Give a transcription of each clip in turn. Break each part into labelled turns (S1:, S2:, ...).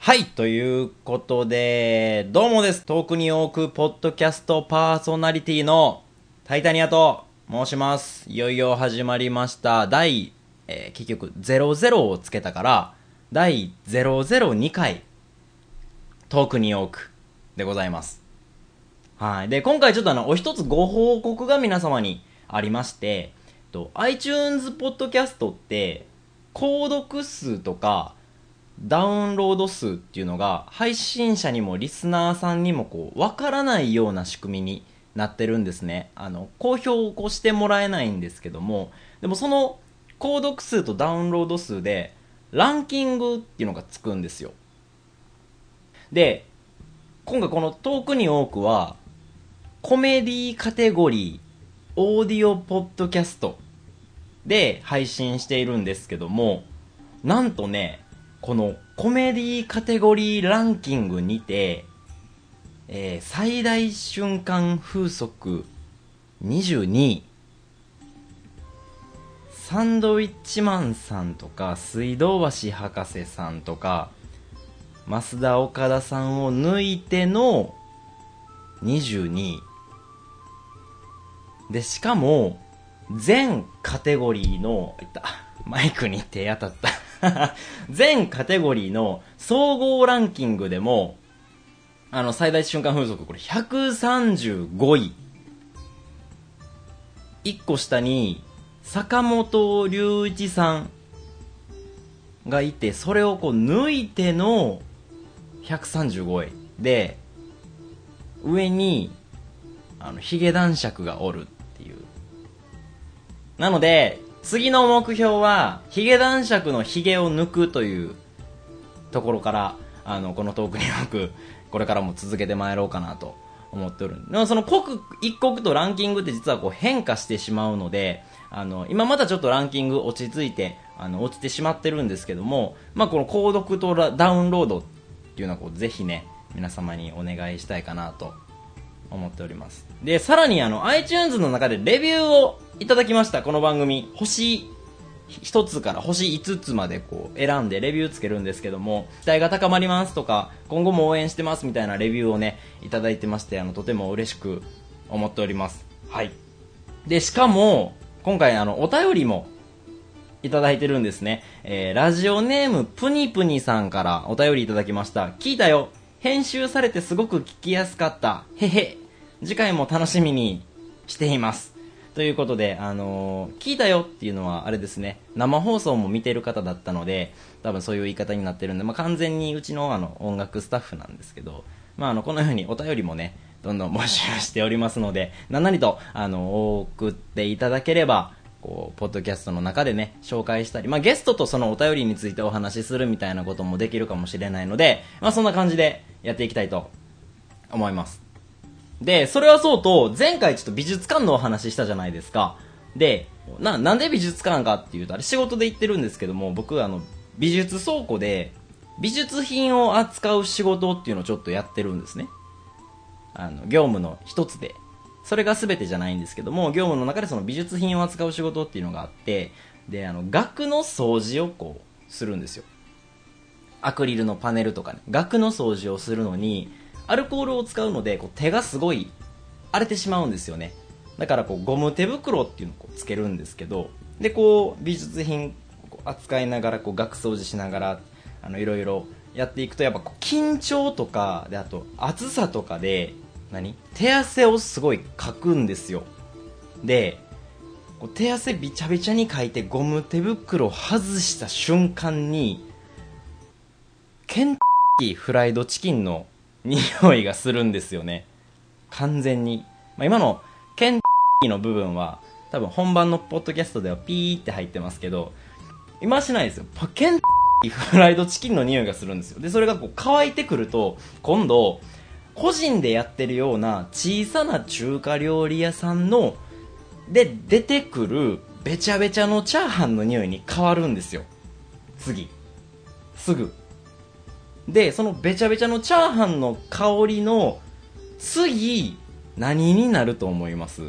S1: はい、ということで、どうもです。遠くに置くポッドキャストパーソナリティのタイタニアと申します。いよいよ始まりました。第、えー結局00をつけたから、第002回、遠くに置くでございます。はい。で、今回ちょっとあの、お一つご報告が皆様にありまして、と iTunes ポッドキャストって、購読数とか、ダウンロード数っていうのが配信者にもリスナーさんにもこう分からないような仕組みになってるんですねあの公表をこうしてもらえないんですけどもでもその購読数とダウンロード数でランキングっていうのがつくんですよで今回この「遠くに多く」はコメディカテゴリーオーディオポッドキャストで配信しているんですけどもなんとねこのコメディカテゴリーランキングにて、えー最大瞬間風速22位サンドウィッチマンさんとか水道橋博士さんとか増田岡田さんを抜いての22位でしかも全カテゴリーのいったマイクに手当たった 全カテゴリーの総合ランキングでもあの最大瞬間風速これ135位1個下に坂本龍一さんがいてそれをこう抜いての135位で上にあのヒゲ男爵がおるっていうなので次の目標はヒゲ男爵のヒゲを抜くというところからあのこのトークによくこれからも続けてまいろうかなと思っておるでもその刻一刻とランキングって実はこう変化してしまうのであの今まだちょっとランキング落ち着いてあの落ちてしまってるんですけども、まあ、この購読とラダウンロードっていうのはこうぜひね皆様にお願いしたいかなと思っておりますでさらにあの iTunes の中でレビューをいただきましたこの番組星1つから星5つまでこう選んでレビューつけるんですけども期待が高まりますとか今後も応援してますみたいなレビューをねいただいてましてあのとても嬉しく思っておりますはいでしかも今回あのお便りもいただいてるんですね。えーラジオネームぷにぷにさんからお便りいただきました。聞いたよ。編集されてすごく聞きやすかった。へへ。次回も楽しみにしています。ということで、あのー聞いたよっていうのはあれですね、生放送も見てる方だったので、多分そういう言い方になってるんで、まあ、完全にうちのあの音楽スタッフなんですけど、まあ、あのこのようにお便りもね、どんどん募集しておりますので、何々とあの送っていただければ、こうポッドキャストの中でね紹介したり、まあ、ゲストとそのお便りについてお話しするみたいなこともできるかもしれないので、まあ、そんな感じでやっていきたいと思いますでそれはそうと前回ちょっと美術館のお話ししたじゃないですかでななんで美術館かっていうとあれ仕事で行ってるんですけども僕あの美術倉庫で美術品を扱う仕事っていうのをちょっとやってるんですねあの業務の一つでそれが全てじゃないんですけども業務の中でその美術品を扱う仕事っていうのがあってであの額の掃除をこうするんですよアクリルのパネルとかね額の掃除をするのにアルコールを使うのでこう手がすごい荒れてしまうんですよねだからこうゴム手袋っていうのをこうつけるんですけどでこう美術品こう扱いながらこう額掃除しながらあのいろいろやっていくとやっぱこう緊張とかであと暑さとかで何手汗をすごいかくんですよでこう手汗びちゃびちゃにかいてゴム手袋を外した瞬間にケンタッキーフライドチキンの匂いがするんですよね完全に、まあ、今のケンタッキーの部分は多分本番のポッドキャストではピーって入ってますけど今はしないですよパケンタッキーフライドチキンの匂いがするんですよでそれがこう乾いてくると今度個人でやってるような小さな中華料理屋さんので出てくるべちゃべちゃのチャーハンの匂いに変わるんですよ次すぐでそのべちゃべちゃのチャーハンの香りの次何になると思います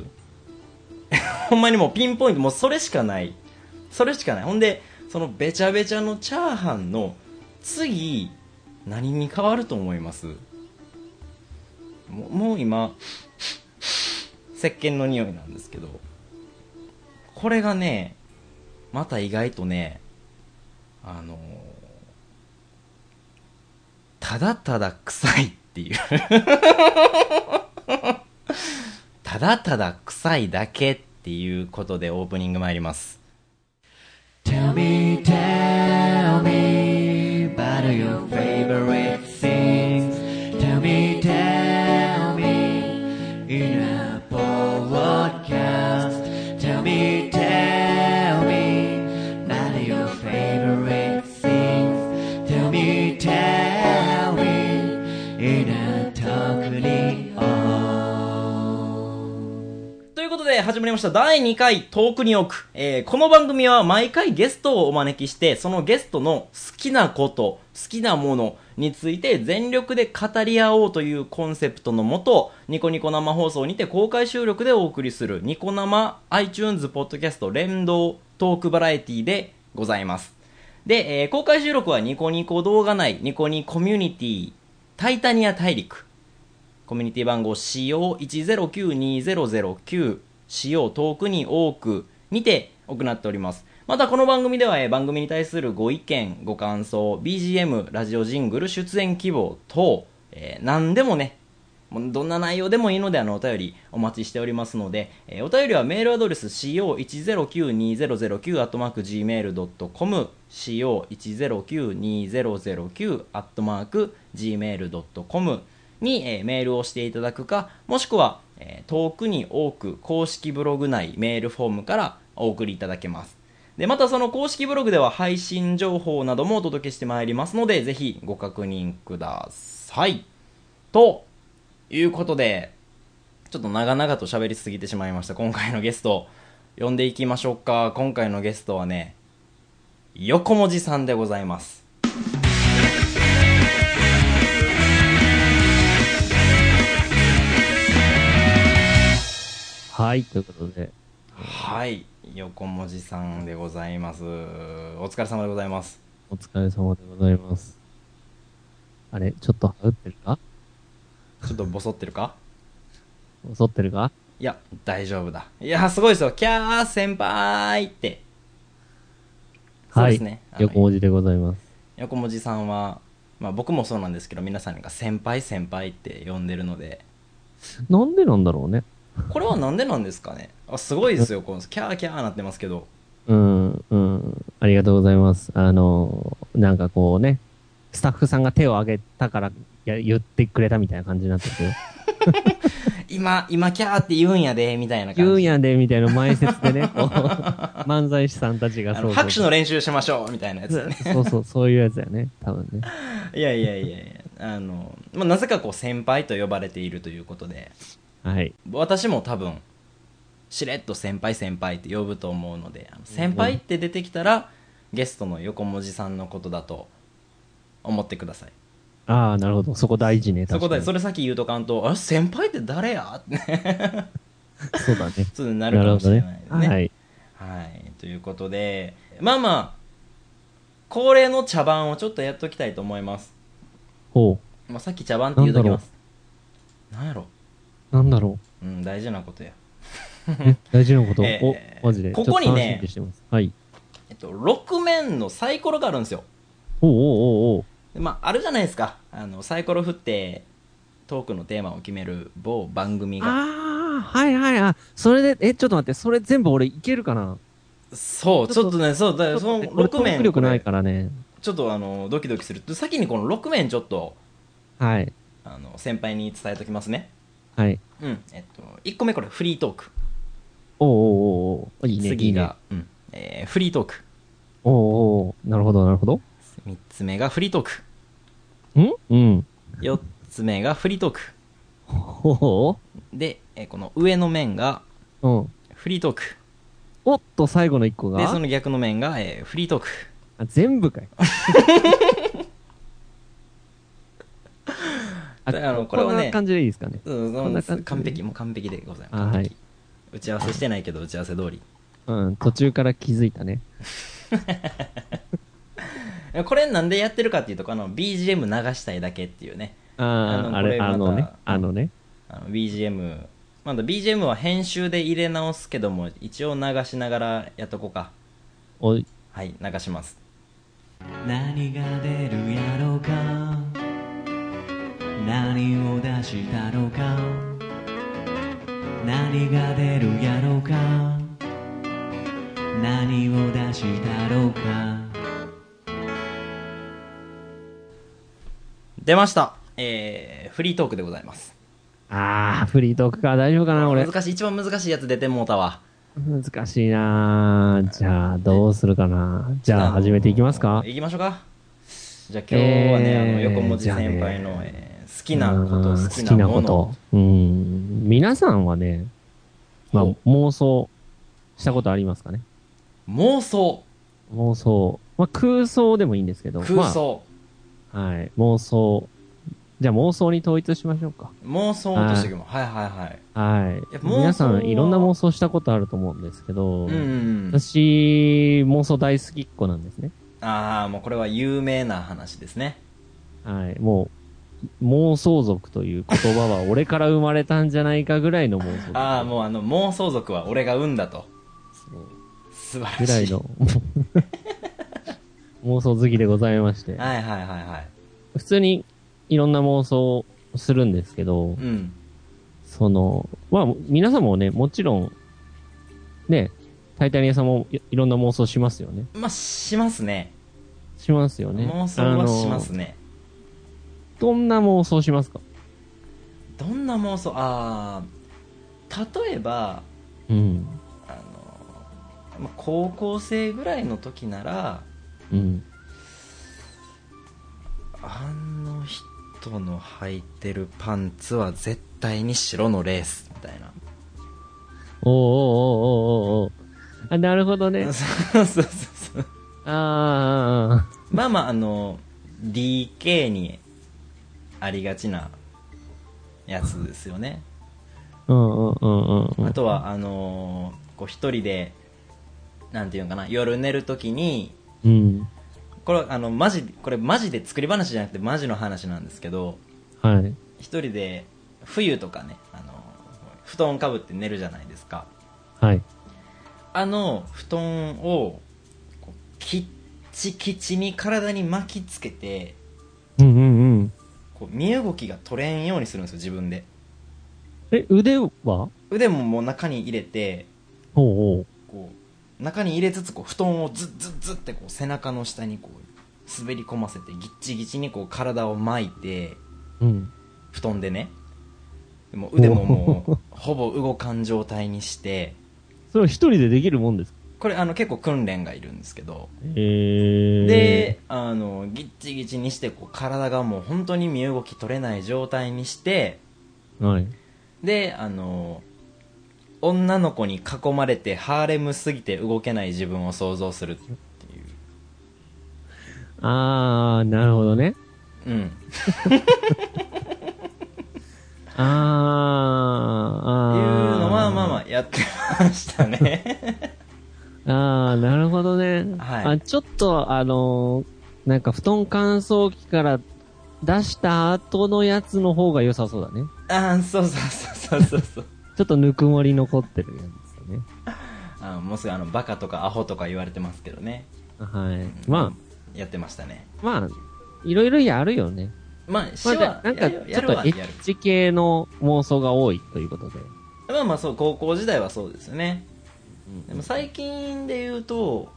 S1: ほんまにもうピンポイントもうそれしかないそれしかないほんでそのべちゃべちゃのチャーハンの次何に変わると思いますもうもう今石鹸の匂いなんですけどこれがねまた意外とねあのただただ臭いっていうただただ臭いだけっていうことでオープニング参ります
S2: Tell me, tell me about your favorite things. Tell me, tell me in a podcast. Tell me, tell me about your favorite things. Tell me, tell me in a talk.
S1: ということで始まりました第2回トークに置く、えーこの番組は毎回ゲストをお招きしてそのゲストの好きなこと好きなものについて全力で語り合おうというコンセプトのもとニコニコ生放送にて公開収録でお送りするニコ生 iTunes ポッドキャスト連動トークバラエティでございますで、えー公開収録はニコニコ動画内ニコニコミュニティタイタニア大陸コミュニティ番号 CO1092009 使用遠くに多くにて行っております。またこの番組ではえー番組に対するご意見、ご感想、BGM、ラジオジングル、出演希望等、えー何でもね、もうどんな内容でもいいのであのお便りお待ちしておりますので、えーお便りはメールアドレス co1092009-gmail.com co1092009-gmail.com に、えーメールをしていただくかもしくは、えー遠くに多く公式ブログ内メールフォームからお送りいただけますでまたその公式ブログでは配信情報などもお届けしてまいりますのでぜひご確認くださいということで、ちょっと長々と喋りすぎてしまいました。今回のゲスト、呼んでいきましょうか。今回のゲストはね、横文字さんでございます。
S3: はい、ということで、
S1: はい。横文字さんでございます。お疲れ様でございます。
S3: お疲れ様でございます。あれ、ちょっとはぐってるか
S1: ちょっとボソってるか
S3: 襲ってるか
S1: いや、大丈夫だ。いや、すごいですよ。キャー先輩って。そうですね。
S3: はい、横文字でございます。
S1: 横文字さんは、まあ僕もそうなんですけど、皆さんが先輩先輩って呼んでるので、
S3: なんでなんだろうね。
S1: これはなんでなんですかねあすごいですよ、このキャーキャーなってますけど。
S3: うん、うん、ありがとうございます。あの、なんかこうね、スタッフさんが手を挙げたからや言ってくれたみたいな感じに なってて、
S1: 今、今キャーって言うんやで、みたいな感じ。
S3: 言うんやで、みたいな前説で ね、こう、漫才師さんたちが
S1: あの拍手の練習しましょう、みたいなやつね。
S3: そうそう、そういうやつやね、多分ね。
S1: いやいやいやいや。あの、まあ、なぜかこう先輩と呼ばれているということで、
S3: はい。
S1: 私も多分、しれっと先輩先輩って呼ぶと思うので、あの先輩って出てきたら、ゲストの横文字さんのことだと思ってください。
S3: ああ、なるほど。そこ大事ね、
S1: そ
S3: 確か
S1: こ
S3: に
S1: で、それさっき言うとかんと、あれ先輩って誰やってね
S3: そうだね。
S1: そうなるかもしれない
S3: なるほどね。はい。
S1: はい、ということで、まあまあ、恒例の茶番をちょっとやっときたいと思います。
S3: ほう。
S1: まあ、さっき茶番って言うときます。なんやろ
S3: なんだろう。
S1: うん、大事なことや。
S3: え 大事なこと、
S1: えー
S3: お、マジで。
S1: ここにね
S3: ちょっと楽しみしてます。はい。
S1: えっと、6面のサイコロがあるんですよ。
S3: おうおうおうおう
S1: でまあ、あるじゃないですか。あの、サイコロ振って、トークのテーマを決める某番組が。
S3: ああ、はいはい。あ、それで、え、ちょっと待って、それ全部俺いけるかな
S1: そう、ちょっとね、そう、だからその
S3: 俺
S1: 6面、
S3: トーク力ない
S1: こ
S3: からね。
S1: れちょっとあの、ドキドキする。先にこの6面ちょっと、
S3: はい。
S1: あの、先輩に伝えときますね。
S3: はい。
S1: うん、えっと、1個目これ、フリートーク。
S3: おうおうおうおういいね。い
S1: 次
S3: いね
S1: が、うんえーフリートーク
S3: おうおうおうなるほど、なるほど。
S1: 3つ目がフリートーク
S3: んうん。
S1: 4つ目がフリートーク
S3: ほうほ
S1: で、えーこの上の面が
S3: ううん。
S1: フリートーク
S3: おっと、最後の一個
S1: でそ
S3: が。
S1: の逆の面が、えーフリートーク
S3: あ、全部かい。
S1: だからあのこれはね
S3: んな感じでいいですかね。
S1: うん
S3: こんな感じ
S1: 完璧もう完璧でございます
S3: あ、はい。
S1: 打ち合わせしてないけど打ち合わせ通り
S3: うん、途中から気づいたね。
S1: えこれなんでやってるかっていうとこの BGM 流したいだけっていうね
S3: あ
S1: あの
S3: あ、あれ、
S1: これまた
S3: あのね、あのね。
S1: あの BGM まだ BGM は編集で入れ直すけども一応流しながらやっとこうか
S3: おい
S1: はい流します
S2: 何が出るやろうか何を出したろうか何が出るやろうか何を出したろうか
S1: 出ましたえー、フリートークでございます
S3: ああ、フリートークか。大丈夫かな俺。
S1: 難しい一番難しいやつ出てもうたわ
S3: 難しいなーじゃあ、どうするかなじゃあ、始めていきますか
S1: 行きましょうかじゃあ今日はね、
S3: えー
S1: あの横文字
S3: じゃあね
S1: 先輩の、えー好きなこと
S3: う
S1: 好
S3: ん
S1: きなもの。
S3: うん。皆さんはね、まあ、
S1: ほ
S3: 妄想したことありますかね
S1: 妄想
S3: 妄想。まあ、空想でもいいんですけど。
S1: 空想、
S3: まあはい。妄想。じゃあ、妄想に統一しましょうか。
S1: 妄想としてもはいはいはい
S3: はい
S1: や。妄想は
S3: 皆さん、いろんな妄想したことあると思うんですけ
S1: う
S3: ど、
S1: んうんうん
S3: 私、妄想大好きっ子なんですね。
S1: ああもうこれは有名な話ですね
S3: はい。もう、妄想族という言葉は俺から生まれたんじゃないかぐらいの妄想族
S1: ああもうあの妄想族は俺が産んだと素晴
S3: ぐ
S1: らし
S3: ら
S1: い
S3: いの 妄想好きでございまして。
S1: はいはいはいはい
S3: 普通にいろんな妄想をするんですけど、
S1: うん
S3: その、まあ、皆さんもね、もちろん、ね、タイタニアさんもいいろんな妄想しますよね。
S1: まあしますね
S3: しますよね。
S1: 妄想はします
S3: あの。
S1: ね
S3: どんな妄想しますか
S1: どんな妄想ああ例えば
S3: うん。
S1: あのまあ高校生ぐらいの時なら
S3: うん。
S1: あの人の履いてるパンツは絶対に白のレースみたいな
S3: おーおーおーおーおーあ、なるほどね。
S1: そうそうそうそう
S3: あー
S1: まあまああの DK にありがちなやつですよね
S3: あー、あーうんうんうんうん。
S1: あとはあのこう一人でなんていうのかな夜寝る時に
S3: うん。
S1: これあのマジこれマジで作り話じゃなくてマジの話なんですけど
S3: はい。
S1: 一人で冬とかねあの布団かぶって寝るじゃないですか
S3: はい。
S1: あの布団をこうきっちきちに体に巻きつけて
S3: うんうんうん。
S1: こう身動きが取れんようにするんですよ自分で
S3: え、腕はほう
S1: 腕ももう中に入れて
S3: ほ
S1: こう中に入れつつこう布団をずっずっずってこう背中の下にこう滑り込ませてぎっちぎちにこう体を巻いて
S3: う。うん。
S1: 布団でねでも腕ももうほぼ動かん状態にして
S3: それは一人でできるもんですか
S1: これあの結構訓練がいるんですけど
S3: えー。
S1: であのギッチギチにしてこう体がもう本当に身動き取れない状態にして
S3: はい。
S1: であの女の子に囲まれてハーレムすぎて動けない自分を想像するっていう
S3: あー、なるほどね。
S1: うん
S3: あー、あ
S1: っ
S3: ー。
S1: ていうのはまあまあやってました ね
S3: ああ、なるほどね。
S1: はい
S3: あちょっと、あのーなんか布団乾燥機から出した後のやつの方が良さそうだね。
S1: ああそうそうそうそうそうそう
S3: ちょっとぬくもり残ってるやつだね。
S1: あのもうすぐあのバカとかアホとか言われてますけどね
S3: はい。
S1: あ
S3: ま
S1: やってましたね
S3: あ、まあ、いろいろやるよね。
S1: まあし
S3: まあ、
S1: は、
S3: なん
S1: や
S3: か、
S1: る
S3: ちょっ
S1: やる
S3: と
S1: は
S3: エ
S1: やる
S3: ッチ系の妄想が多いということで。
S1: まあまあそう高校時代はそうですよねでも最近で言うと、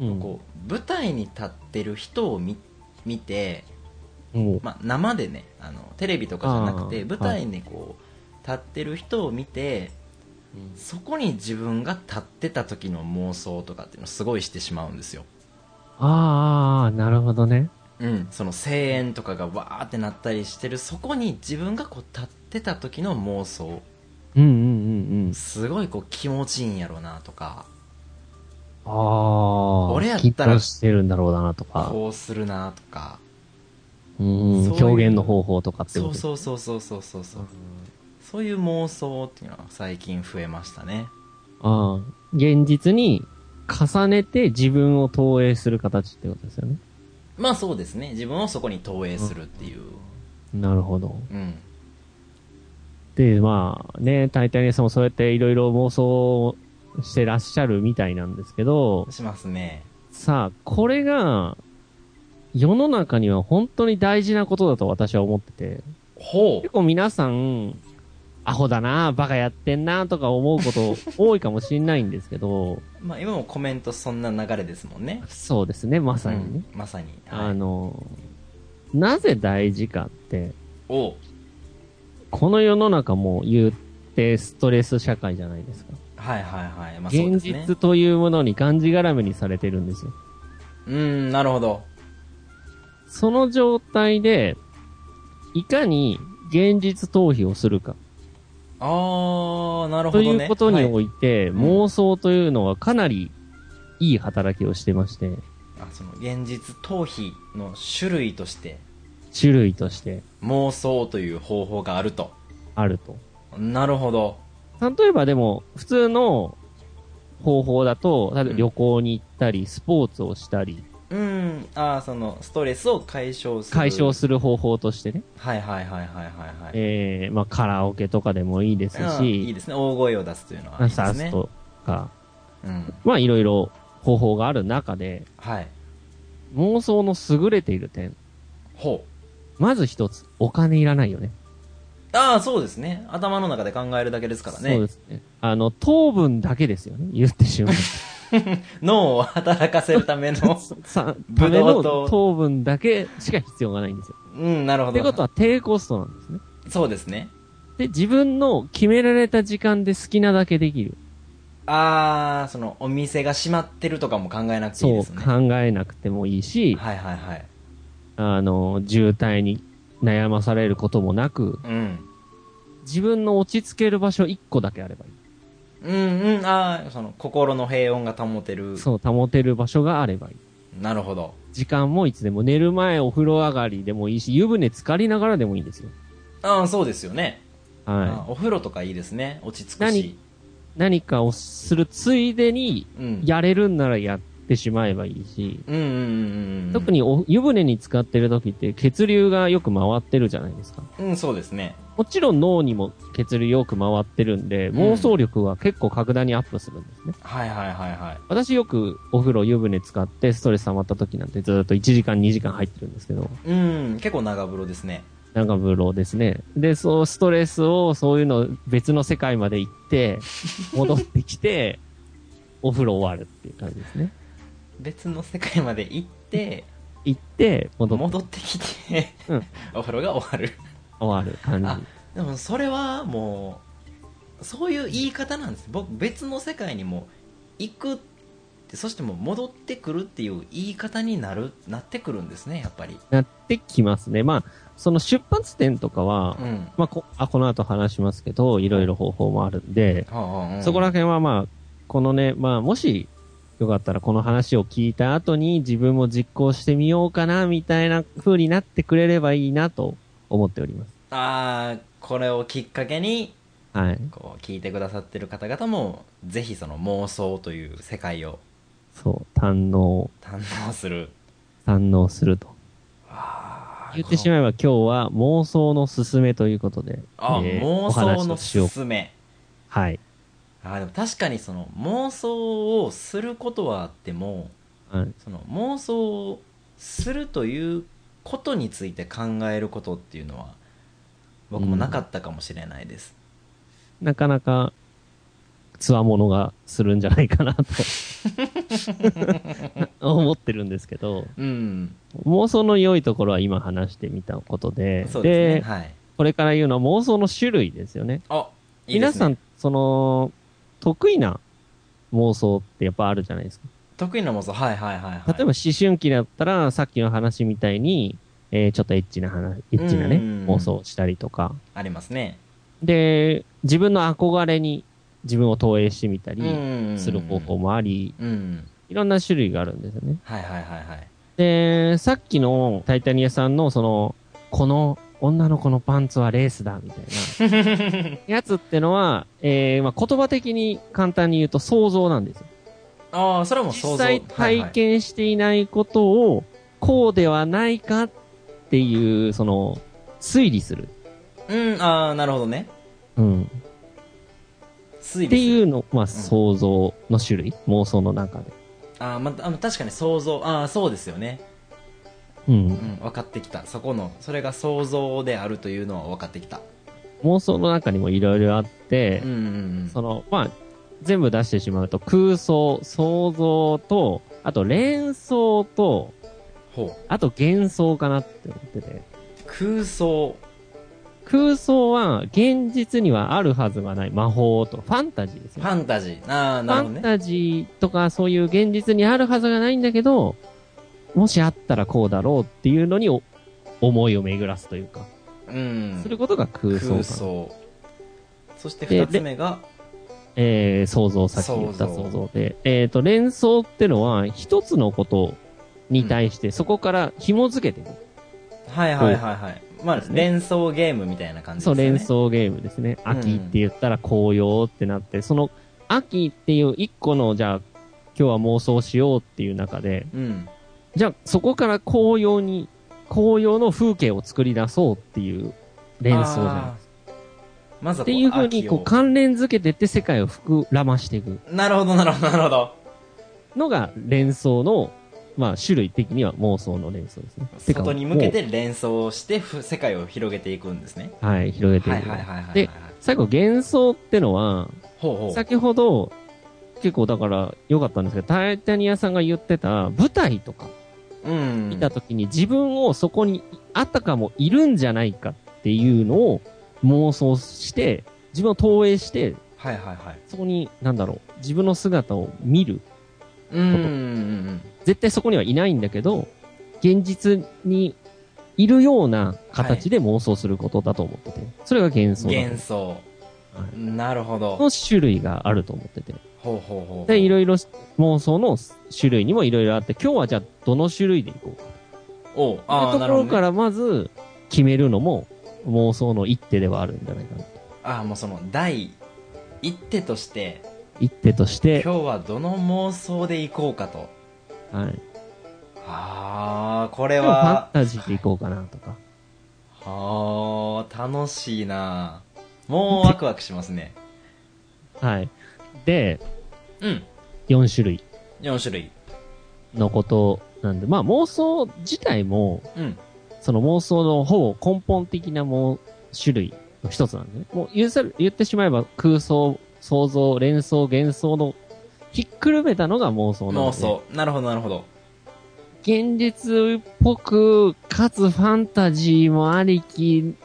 S3: うん
S1: こう舞台に立ってる人を見見て、
S3: もう
S1: まあ、生でねあのテレビとかじゃなくて
S3: あー
S1: 舞台にこう立ってる人を見てそこに自分が立ってた時の妄想とかっていうのをすごいしてしまうんですよ
S3: あーあー、なるほどね。
S1: うん、その声援とかがわーってなったりしてるそこに自分がこう立ってた時の妄想
S3: うんうんうんうん。
S1: すごいこう気持ちいいんやろうなとか
S3: ああ、
S1: 俺やったら
S3: きっとしてるんだろうなとか、
S1: こうするなとか
S3: うん、
S1: そういう
S3: 表現の方法とかっ
S1: そ
S3: てこと
S1: う
S3: です
S1: そうそうそうそうそうそうそういう妄想っていうのは最近増えましたね
S3: ああ、現実に重ねて自分を投影する形ってことですよね。
S1: まあそうですね自分をそこに投影するっていう
S3: なるほど。
S1: うん
S3: で、まあね、タイタニアさんもそうやっていろいろ妄想してらっしゃるみたいなんですけど、
S1: しますね
S3: さあ、これが、世の中には本当に大事なことだと私は思ってて、
S1: ほう
S3: 結構皆さん、アホだな、バカやってんな、とか思う こと多いかもしれないんですけど、
S1: まあ今もコメントそんな流れですもんね
S3: そうですね、まさにね。
S1: うんまさに、はい、
S3: あの、なぜ大事かって、
S1: おう
S3: この世の中も言ってストレス社会じゃないですか。
S1: はいはいはい、まあ、そうで
S3: 現
S1: すね
S3: 実というものにがんじがらめにされてるんですよ。
S1: うんなるほど
S3: その状態で、いかに現実逃避をするか
S1: ああなるほ
S3: と
S1: ど
S3: い
S1: ね
S3: うことに
S1: はい
S3: おいて、
S1: ん
S3: 妄想というのはかなりいい働きをしてまして、
S1: あその現実逃避の種類として
S3: 種類として
S1: 妄想という方法があると
S3: あると。
S1: なるほど
S3: 例えばでも、普通の方法だと、例えば旅行に行ったり、スポーツをしたり、
S1: うんああそのストレスを解消する
S3: 解消
S1: る
S3: する方法としてね、
S1: はいはいはいはいはいはい
S3: えー、まあカラオケとかでもいいです
S1: うんいい
S3: し、
S1: ですね大声を出すというのはいいで
S3: ダンサ
S1: す
S3: ース
S1: ね
S3: とか、
S1: うん
S3: まあいろいろ方法がある中で、
S1: はい
S3: 妄想の優れている点。
S1: ほう
S3: まず一つ、お金いらないよね。
S1: ああそうですね頭の中で考えるだけですから
S3: そう
S1: ね
S3: ですね。あの、糖分だけですよね。言ってしまう。
S1: 脳を働かせるための
S3: さ、
S1: ぶ
S3: ため
S1: ど
S3: の
S1: うと
S3: 糖分だけしか必要がないんですよ。
S1: うんなるほ
S3: っ
S1: ど
S3: てことは低コストなんですね。
S1: そうですね
S3: で、自分の決められた時間で好きなだけできる。
S1: ああそのお店が閉まってるとかも考えなくていい
S3: そ
S1: で
S3: う
S1: すね
S3: 考えなくてもいいし、
S1: はいはいはい
S3: あの、渋滞に悩まされることもなく、
S1: うん
S3: 自分の落ち着ける場所一個だけあればいい。
S1: うんうんああその心の平穏が保てる
S3: そう、保てる場所があればいい。
S1: なるほど
S3: 時間もいつでも寝る前お風呂上がりでもいいし、湯船浸かりながらでもいいんですよ。
S1: ああそうですよね、あ
S3: は
S1: ーお風呂とかいいですね落ち着くし
S3: 何い。何かをするついでに、
S1: うん
S3: やれるんならやってしまえばいいし、
S1: うんうんうんうん
S3: 特にお湯船に使ってる時って血流がよく回ってるじゃないですか。
S1: うんそうですね
S3: もちろん脳にも血流よく回ってるんで、
S1: ん
S3: 妄想力は結構格段にアップするんですね。
S1: はいはいはいはい
S3: 私よくお風呂湯船使ってストレス溜まった時なんてずっと1時間2時間入ってるんですけど、
S1: うん結構長風呂ですね
S3: 長風呂ですね。で、そう、ストレスを、そういうの、別の世界まで 行って、戻ってきて、お風呂終わるっていう感じですね。
S1: 別の世界まで行って
S3: 行って、戻って
S1: 戻ってきて、
S3: うん
S1: お風呂が終わる
S3: 終わる
S1: あ
S3: 感
S1: でもそれはもうそういう言い方なんです僕別の世界にも行くってそしてもう戻ってくるっていう言い方になるなってくるんですねやっぱり
S3: じなってきますね。まあ、その出発点とかは、
S1: うん、は
S3: まあこ、あ、この後話しますけど、いろいろ方法もあるんで、
S1: あはあうん
S3: そこら辺はまあ、このね、まあ、もし、よかったらこの話を聞いた後に自分も実行してみようかな、みたいな風になってくれればいいなと思っております。
S1: ああこれをきっかけに
S3: はい。
S1: こう聞いてくださってる方々もぜひその妄想という世界を
S3: そう、堪能、
S1: 堪能する
S3: 堪能すると。言ってしまえば今日は妄想のすすめということで、
S1: あ、
S3: えーお
S1: 妄想
S3: 話
S1: の
S3: をしよう
S1: す。すめ
S3: はい。
S1: あでも確かにその妄想をすることはあっても
S3: はい、
S1: その妄想をするということについて考えることっていうのは僕もなかったかもしれないです、
S3: なかなか、つわものがするんじゃないか なと思ってるんですけど、
S1: うん、
S3: 妄想の良いところは今話してみたことで、
S1: そうですねはい
S3: これから言うのは妄想の種類ですよね。
S1: あいいですね
S3: 皆さん、その、得意な妄想ってやっぱあるじゃないですか。
S1: 得意な妄想はいはいはい、はい、
S3: 例えば思春期だったら、さっきの話みたいに、えーちょっとエッチな話、エッチなね、
S1: うん
S3: 妄想をしたりとか。
S1: ありますね
S3: で、自分の憧れに自分を投影してみたりする方法
S1: も
S3: もあり、
S1: うん
S3: いろんな種類があるんですよね。
S1: はいはいはいはい
S3: で、さっきのタイタニアさんのその、この女の子のパンツはレースだ、みたい なやつってのは、えーまあ、言葉的に簡単に言うと想像なんですよ。
S1: ああそれはもう想
S3: 実
S1: 像
S3: 際体験していないことをこうではないかっていう、その、推理する。
S1: うん、ああ、なるほどね。
S3: うん。
S1: 推
S3: って
S1: 理する。
S3: いうの、まあ、想像の種類、妄想の中で。
S1: あー、まあ、確かに想像、ああ、そうですよね。
S3: う。
S1: うんん、分かってきた。そこの、それが想像であるというのは分かってきた。
S3: 妄想の中にもいろいろあって、
S1: うん、うん、
S3: その、まあ、全部出してしまうと、空想、想像と、あと連想と、
S1: ほう。
S3: あと幻想かなって思ってて。
S1: 空想。
S3: 空想は現実にはあるはずがない魔法とファンタジーです
S1: フ
S3: よ。
S1: ァンタジー。ああ、
S3: フ
S1: なるほど
S3: ァン
S1: ね。
S3: タジーとかそういう現実にあるはずがないんだけど、もしあったらこうだろうっていうのにお思いを巡らすというか、
S1: うん。
S3: することが空想
S1: 空
S3: か
S1: 想。そして
S3: で
S1: 二つ目が、
S3: えー、想像、さっき言った
S1: 想像
S3: 想像で。えっ、と、連想ってのは一つのことに対してそこから紐付けていく。
S1: はいはいはいはい。まあ、
S3: そうですね
S1: 連想ゲームみたいな感じです
S3: そう、
S1: よね。
S3: 連想ゲームですね。秋って言ったら紅葉ってなって、その秋っていう一個の、じゃあ、今日は妄想しようっていう中で、
S1: うん。
S3: じゃあそこから紅葉に、紅葉の風景を作り出そうっていう連想じゃない
S1: あーまず
S3: っ
S1: は
S3: ていう風に、こう
S1: 秋
S3: 関連づけてって世界を膨らましていく
S1: をなるほどなるほどなるほど。
S3: のが連想の、まあ種類的には妄想の連想ですね。てか
S1: 外に向け。て連想してふ世界を広げていくんですね。
S3: もうはい、広げてい
S1: はい
S3: く。
S1: はいはいはい。
S3: で、最後幻想ってのは、
S1: ほうほう。
S3: 先ほど、結構だから良かったんですけど、タイタニアさんが言ってた舞台とか
S1: うん。
S3: 見た時に自分をそこにあたかもいるんじゃないかっていうのを妄想して、自分を投影して、
S1: はいはいはい。
S3: そこに、なんだろう、自分の姿を見る。
S1: うんうんうん
S3: 絶対そこにはいないんだけど、現実にいるような形で妄想することだと思ってて。それが幻
S1: うん。
S3: 想だと
S1: 幻想。
S3: は
S1: なるほど。ほう
S3: の種類があると思ってて。
S1: ほうほうほう。
S3: で、いろいろ妄想の種類にもいろいろあって、今日はじゃあどの種類でいこうか。
S1: おうあ
S3: と
S1: あ、
S3: いう
S1: な
S3: と
S1: るほど
S3: ころ
S1: ね、
S3: からまず決めるのも妄想の一手ではあるんじゃないかなと。
S1: ああ、もうその、第一手として、
S3: 一手として、
S1: 今日はどの妄想でいこうかと。
S3: はい。
S1: ああ、これ
S3: でもファン
S1: は、
S3: タジーでいこうかなとか。
S1: はあ、楽しいなもうワクワクしますね。
S3: はい。で、
S1: うん。
S3: 4種類
S1: 4種類。
S3: のことなんで、まあ妄想自体も、
S1: うん。
S3: その妄想のほぼ根本的なもう種類の一つなんでね。もう言うさ言ってしまえば空想、想像、連想、幻想のひっくるめたのが妄想なん
S1: 妄
S3: で。
S1: 想。なるほど、なるほど。
S3: 現実っぽく、かつファンタジーもありき、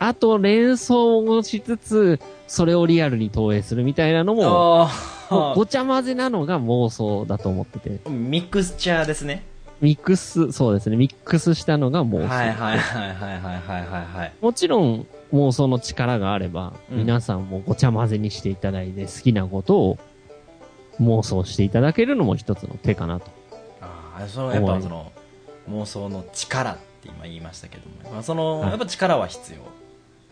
S3: あと連想をしつつ、それをリアルに投影するみたいなのも、
S1: あ
S3: もう
S1: あ
S3: ごちゃ混ぜなのが妄想だと思ってて。
S1: ミクスチャーですね。
S3: ミックス、そうですね、ミックスしたのが妄想。
S1: はいはいはいはいはいはいはいはい。
S3: もちろん、妄想の力があれば、
S1: うん
S3: 皆さんもごちゃ混ぜにしていただいて、好きなことを妄想していただけるのも一つの手かなと。
S1: ああ、その、やっぱその、妄想の力って今言いましたけども、まあ、その、
S3: はい
S1: やっぱ力は必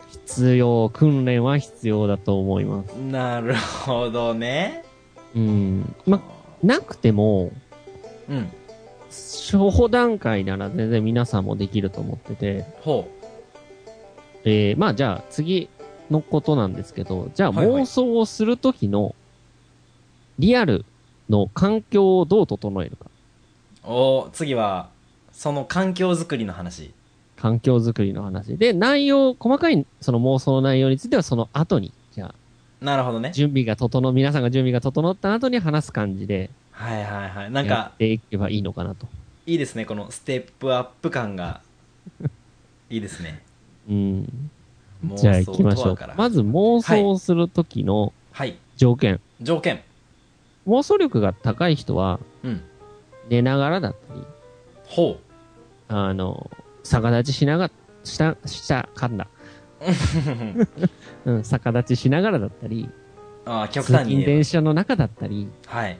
S3: 必要、訓練は必要だと思います。
S1: 要。なるほどね。
S3: うん。ま、なくても、
S1: うん。
S3: 初歩段階なら全然皆さんもできると思ってて、
S1: ほ
S3: えー、まあじゃあ次のことなんですけど、じゃあ
S1: はいはい
S3: 妄想をするときの、リアルの環境をどう整えるか。
S1: う。おー次は、その環境づくりの話。
S3: 環境づくりの話。で、内容、細かいその妄想の内容についてはその後に、じゃ
S1: なるほどね
S3: あ、。準備が整、皆さんが準備が整った後に話す感じで、
S1: はいはいはい。なん
S3: や
S1: か
S3: っ、ていけばいいのかなと。
S1: いいですね、このステップアップ感が。 いいですね。
S3: うん。
S1: 妄
S3: じゃあ行きまし
S1: 想
S3: ょう
S1: とはから。
S3: まず妄想をするときの
S1: はい。
S3: 条件。
S1: 条件。
S3: 妄想力が高い人は、
S1: うん。
S3: 寝ながらだったり、
S1: ほ
S3: あの、逆立ちしながら、した、した、かんだ。
S1: う。
S3: うん、逆立ちしながらだったり、
S1: ああ、極
S3: 通
S1: 端に
S3: 勤
S1: 言え
S3: 電車の中だったり、
S1: ば。はい。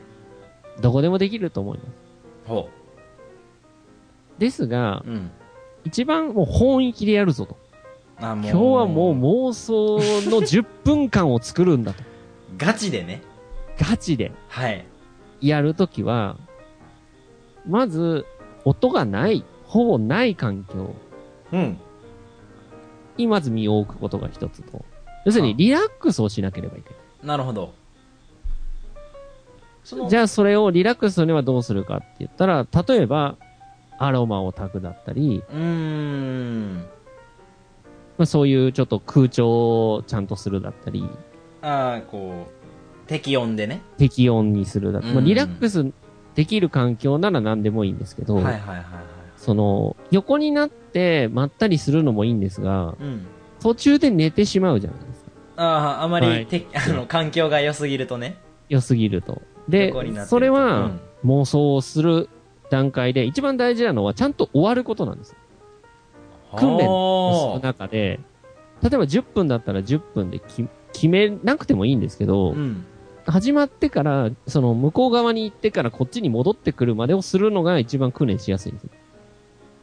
S3: どこでもできると思います。
S1: ほ
S3: ですが
S1: う。、うん。
S3: 一番もう本域でやるぞと。
S1: あも
S3: 今日はもう妄想の10分間を作るん だと。
S1: ガチでね。
S3: ガチで
S1: はい。
S3: やるときは、まず、音がない、ほぼない環境
S1: うん。
S3: にまず身を置くことが一つと。要するにリラックスをしなければいけない。
S1: なるほど。その、
S3: じゃあそれをリラックスするにはどうするかって言ったら、例えば、アロマを炊くだったり、
S1: うーん。
S3: まあ、そういうちょっと空調をちゃんとするだったり、
S1: ああ、こう、適温でね。
S3: 適温にするだったり、ま
S1: う
S3: あ、
S1: ん
S3: リラックスできる環境なら何でもいいんですけど、
S1: はいはいはいは
S3: その、横になってまったりするのもいいんですが、
S1: い。うん。
S3: 途中で寝てしまうじゃないですか。
S1: ああ、あま
S3: は
S1: り
S3: い
S1: て、あの、環境が良すぎるとね。
S3: 良すぎると。で
S1: 横になってる、と
S3: それ
S1: う
S3: は
S1: ん
S3: 妄想をする段階で、一番大事なのはちゃんと終わることなんです。訓練
S1: お
S3: の
S1: ー
S3: 中で、例えば10分だったら10分でき決めなくてもいいんですけど、
S1: うん。
S3: 始まってから、その向こう側に行ってからこっちに戻ってくるまでをするのが一番訓練しやすいんです。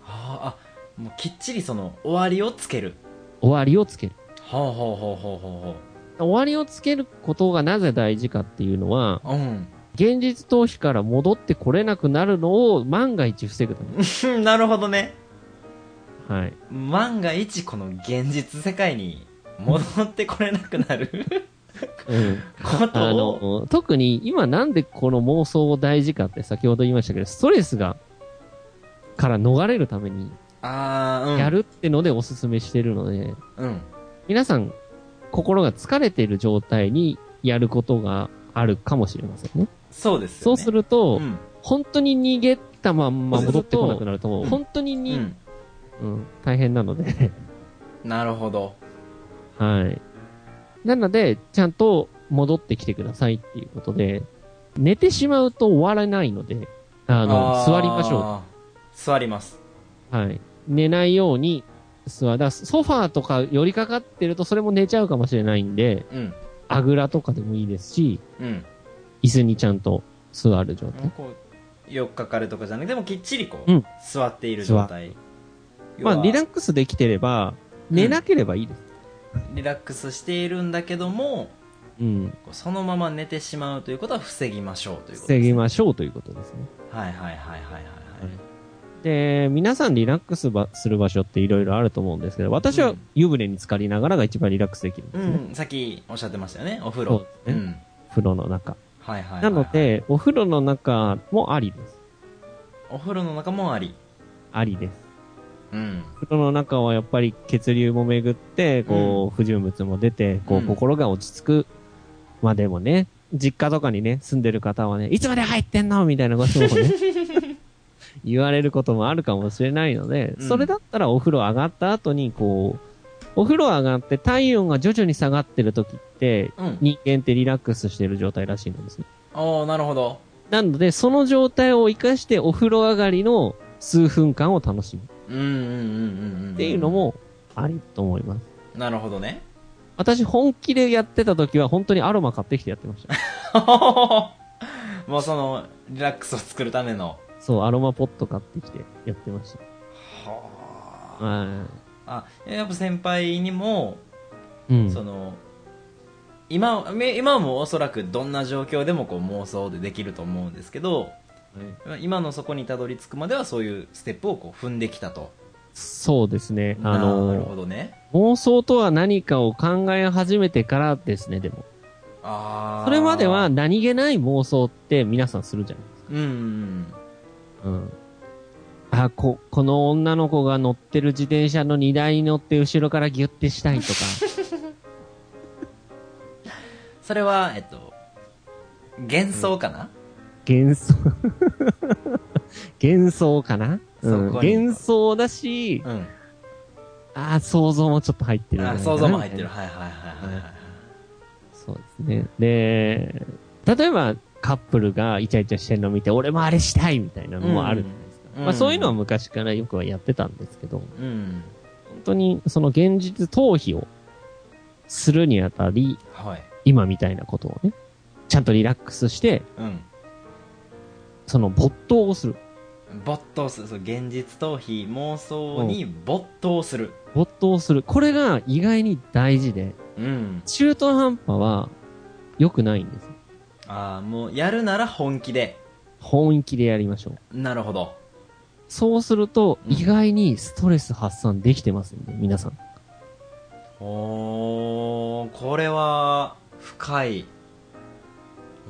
S1: あーあ、もうきっちりその、終わりをつける。
S3: 終わりをつける。
S1: ほうほうほうほうほ
S3: 終わりをつけることがなぜ大事かっていうのは
S1: う、ほう。うん。
S3: 現実逃避から戻ってこれなくなるのを万が一防ぐた
S1: うん なるほどね。
S3: め。はい。
S1: 万が一この現実世界に戻ってこれなくな る
S3: うん。
S1: こ
S3: あ
S1: とを。
S3: の、特に今なんでこの妄想を大事かって先ほど言いましたけど、ストレスが、から逃れるために、
S1: ああ、うん。
S3: やるってのでおすすめしてるので、
S1: うん。
S3: 皆さん、心が疲れている状態にやることがあるかもしれませんね。
S1: そうです
S3: そ
S1: よ、ね。
S3: うする
S1: う
S3: と、
S1: ん。
S3: 本当に逃げたまんま戻ってこなくなると、
S1: うん
S3: 本当に
S1: う
S3: に、
S1: ん。
S3: うん大変なので、
S1: なるほど。
S3: はい。なので、ちゃんと戻ってきてくださいっていうことで、寝てしまうと終わらないので、あの、
S1: あー
S3: 座りましょ
S1: 座ります。
S3: う。はい。寝ないように座る。だからソファーとか寄りかかってるとそれも寝ちゃうかもしれないんで、
S1: うん。
S3: あぐらとかでもいいですし、
S1: うん。
S3: 椅子にちゃんと座る状態。
S1: こう、よっかかるとかじゃなくて、でもきっちりこう、
S3: うん
S1: 座っている状態。
S3: まあ、リラ
S1: ッ
S3: ックスできてれ
S1: う
S3: ば、
S1: ん
S3: 寝なければいいです。
S1: リラックスしているんだけども、
S3: うん。
S1: こうそのまま寝てしまうということは防ぎましょうということです、
S3: 防ぎましょうということですね。
S1: はいはいはいはいはいはい。
S3: で、皆さんリラックスばする場所っていろいろあると思うんですけど、私
S1: う
S3: は
S1: ん
S3: 湯船に浸かりながらが一番リラックスできるんで
S1: う
S3: すね。
S1: ん、さっきおっしゃってましたよね、お風
S3: そ
S1: 呂
S3: う。
S1: う
S3: ですね
S1: ん。
S3: 風呂の中。
S1: はいはいはいは
S3: ないので、お風呂の中もありです。
S1: お風呂の中もあり
S3: ありです。
S1: うん
S3: 風呂の中はやっぱり血流も巡って、こう、不純物も出て、こ
S1: う
S3: う、
S1: ん
S3: 心が落ち着く。まあでもね、実家とかにね、住んでる方はね、いつまで入ってんのみたいなことをね、 言われることもあるかもしれないので、
S1: うん
S3: それだったらお風呂上がった後に、こう、お風呂上がって体温が徐々に下がってる時って、
S1: うん
S3: 人間ってリラックスしてる状態らしいんですね。
S1: ああなるほど
S3: なので、その状態を活かしてお風呂上がりの数分間を楽しむ。
S1: うんうんうんうんうん
S3: っていうのもありと思います。
S1: なるほどね
S3: 私本気でやってた時は本当にアロマ買ってきてやってま した。
S1: もうそのリラックスを作るための
S3: そう、アロマポット買ってきてやってました。
S1: は
S3: は
S1: あやっぱ先輩にも、
S3: い。うん。
S1: その今はめ今はもうおそらくどんな状況でもこう妄想でできると思うんですけど
S3: はい
S1: 今のそこにたどり着くまではそういうステップをこう踏んできたと
S3: そうですね。
S1: な
S3: あ
S1: るほ
S3: の、
S1: どね
S3: 妄想とは何かを考え始めてからですね、でも。
S1: ああ
S3: それまでは何気ない妄想って皆さんするじゃないです
S1: うんうん
S3: か。うん。あ、こ、この女の子が乗ってる自転車の荷台に乗って後ろからギュッてした いとか。
S1: それは、えっと、幻想かな、
S3: 幻想 幻想かな、うん、
S1: そこに
S3: 幻想だし、
S1: うん。
S3: ああ、想像もちょっと入ってるんじゃ
S1: あ
S3: ないかな
S1: 想像も入ってる。。はいはいはいはい。
S3: そうですね。で、例えばカップルがイチャイチャしてるの見て、俺もあれしたいみたいなのもあるじゃないですか。
S1: うん
S3: まあ、そういうのは昔からよくはやってたんですけど、
S1: うん。
S3: 本当にその現実逃避をするにあたり、
S1: はい。
S3: 今みたいなことをね、ちゃんとリラックスして、
S1: うん。
S3: その没頭をする。
S1: 没頭する。そう、現実逃避、妄想に没頭する。
S3: 没頭する。これが意外に大事で、
S1: うん。
S3: 中途半端は良くないんです。
S1: ああ、もう、やるなら本気で。
S3: 本気でやりましょう。
S1: なるほど。
S3: そうすると、
S1: うん
S3: 意外にストレス発散できてますんで、皆さん。
S1: おー、これは、深い。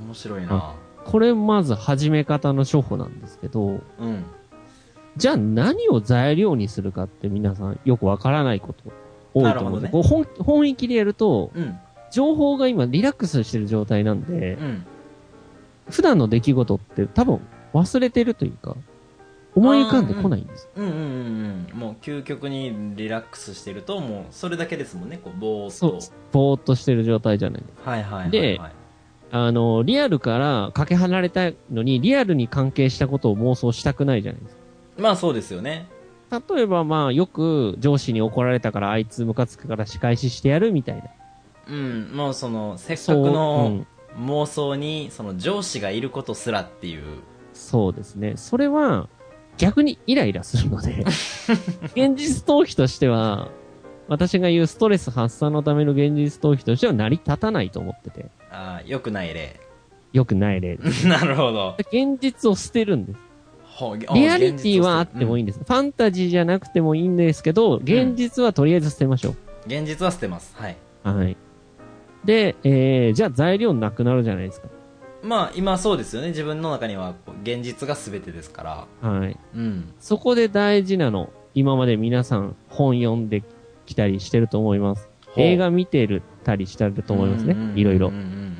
S1: 面白いな。
S3: これまず始め方の処方なんですけど、
S1: うん。
S3: じゃあ何を材料にするかって皆さんよくわからないこと多いと思うんで
S1: なる
S3: すこう本本意気でやると、
S1: うん。
S3: 情報が今リラックスしてる状態なんで、
S1: うん。
S3: 普段の出来事って多分忘れてるというか、思い浮かんでこないんです。
S1: うんうんうんうん。もう究極にリラックスしてると、もうそれだけですもんね。こう、ぼーっ
S3: そう
S1: と。。
S3: ぼーっとしてる状態じゃない。
S1: はいはいはい、はい。
S3: であの、リアルからかけ離れたいのに、リアルに関係したことを妄想したくないじゃないです
S1: まあそうですよね。
S3: か。例えばまあ、よく上司に怒られたからあいつムカつくから仕返ししてやるみたいな。
S1: うん。もうその、せっか
S3: そ
S1: く
S3: う、う
S1: の
S3: ん
S1: 妄想に、その上司がいることすらっていう。
S3: そうですね。それは、逆にイライラするの で、現実逃避としては、私が言うストレス発散のための現実逃避としては成り立たないと思ってて、
S1: ああ、良くない 例。
S3: 良くない例です。
S1: なるほど。
S3: 現実を捨てるんです。
S1: ほうあ
S3: リアリティはあってもいい
S1: い。
S3: んです。ファンタジーじゃなくてもいいんですけど、現実はとりあえず捨てましょ
S1: うん現実は捨てます。はい。
S3: う。はい。で、えー、じゃあ材料なくなるじゃないですか。
S1: まあ今そうですよね。自分の中にはこう現実が全てですから。
S3: はい。
S1: うん。
S3: そこで大事なの。今まで皆さん本読んできたりしてると思います。
S1: ほう
S3: 映画見てるたりしたると思いますね
S1: うんうんうんう。ん
S3: いろいろ
S1: うんう。んうん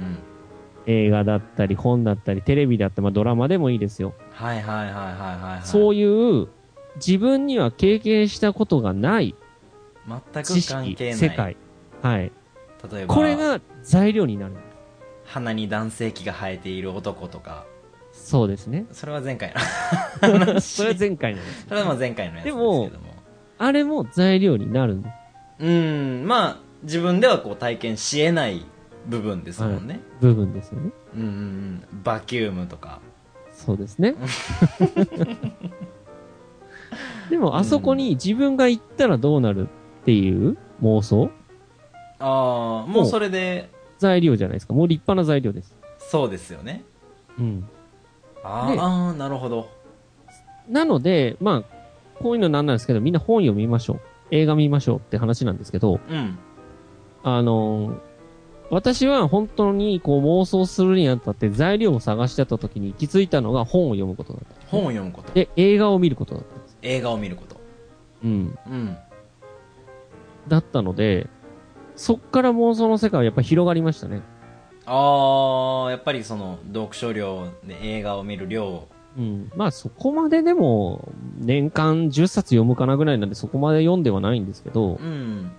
S3: 映画だったり、本だったり、テレビだったり、まあドラマでもいいですよ。
S1: はいはいはいはいはいはい。
S3: そういう、自分には経験したことがない
S1: 全
S3: 知
S1: く関
S3: 識、
S1: 係ない。
S3: 世界。はい。
S1: 例えば、
S3: これが材料になる。
S1: 鼻に男性器が生えている男とか。
S3: そうですね。
S1: それは前 回の。
S3: それは前回のです。
S1: それはまあ前回のやつですけども。
S3: であれも材料になるんです。
S1: うん。まあ自分ではこう体験し得ない部分ですもんね。
S3: 部分ですよね。
S1: うんうんうん。バキュームとか。
S3: そうです ね。でも、あそこに自分が行ったらどうなるっていう妄想
S1: ああ、もうそれで、
S3: 材料じゃないですか。もう立派な材料です。
S1: そうですよね。
S3: うん。
S1: あ
S3: で
S1: ーあー、なるほど。
S3: なので、まあ、こういうのなんなんですけど、みんな本読みましょう。映画見ましょうって話なんですけど、
S1: うん。
S3: あのー私は本当にこう妄想するにあたって材料を探してた時に行き着いたのが本を読むことだった。
S1: 本を読むこと。
S3: で、映画を見ることだったんです。
S1: 映画を見ること。
S3: うん。
S1: うん。
S3: だったので、そっから妄想の世界はやっぱ広がりましたね。
S1: ああ、やっぱりその、読書量で映画を見る量。
S3: うん。まあそこまででも、年間10冊読むかなぐらいなんでそこまで読んではないんですけど
S1: う、ん。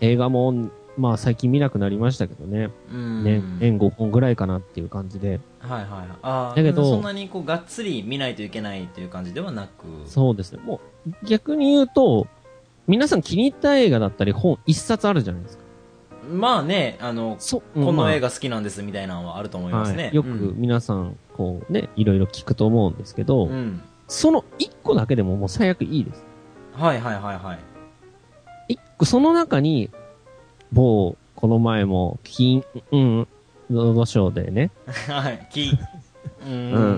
S3: 映画も、まあ最近見なくなりましたけどね。
S1: うん。
S3: ね、年5本ぐらいかなっていう感じで。
S1: はいはいはい。ああ、
S3: だけど
S1: そんなにこう、がっつり見ないといけないという感じではなく。
S3: そうですね。もう、逆に言うと、皆さん気に入った映画だったり本1冊あるじゃないですか。
S1: まあね、あの、
S3: そ
S1: この映
S3: 画
S1: 画好きなんですみたいなのはあると思いますね。
S3: よく皆さん、こうね、いろいろ聞くと思うんですけど、
S1: うん。うん。
S3: その1個だけでももう最悪いいです。
S1: はいはいはいはい。
S3: 一個、その中に、某、この前も、金、うん、ロードショーでね、
S1: はい。き、うー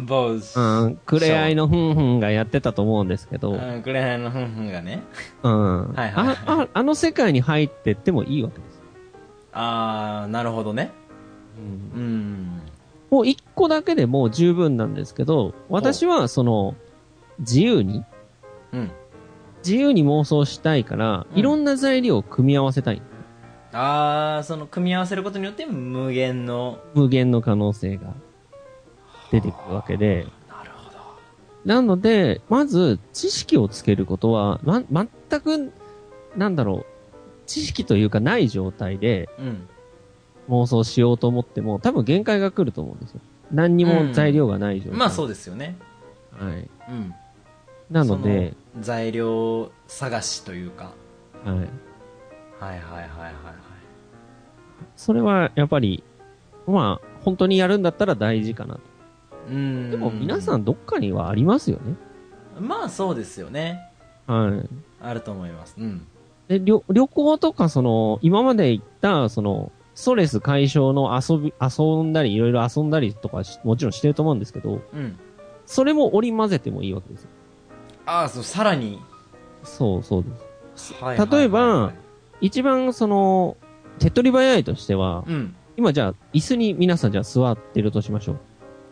S1: ん、どうし
S3: うん、くれあいのふんふんがやってたと思うんですけど、
S1: うん、くれはのふんふんがね。
S3: うん、
S1: はいはい
S3: あああの世界に入ってってもいいわけです。
S1: ああ、なるほどね。うん。
S3: もう一個だけでもう十分なんですけど、私はその、自由に、
S1: うん。
S3: 自由に妄想したいから、
S1: うん
S3: いろんな材料を組み合わせたい。
S1: ああ、その、組み合わせることによって無限の。
S3: 無限の可能性が出てくるわけで、
S1: なるほど。
S3: なので、まず、知識をつけることは、ま、全く、なんだろう、知識というかない状態で
S1: うん。
S3: 妄想しようと思っても、多分限界が来ると思うんですよ。何にも材料がない状態。
S1: まあそう
S3: う。
S1: ですよね。
S3: はい。
S1: うん。
S3: なので、
S1: その材料探しというか。
S3: はい。
S1: はいはいはいはいはい。
S3: それは、やっぱり、まあ、本当にやるんだったら大事かな。
S1: うん。
S3: でも、皆さんどっかにはありますよね。
S1: まあそうですよね。
S3: はい。
S1: あると思います。うん。
S3: で、旅、旅行とか、その、今まで行った、その、ストレス解消の遊び、遊んだり、いろいろ遊んだりとかしもちろんしてると思うんですけど、
S1: うん。
S3: それも織り交ぜてもいいわけですよ。
S1: ああ、そう、さらに。
S3: そうそうです。
S1: はい
S3: 例えば
S1: はいはいはい
S3: 一番その、手っ取り早いとしては、
S1: うん。
S3: 今じゃあ、椅子に皆さんじゃあ座ってるとしましょ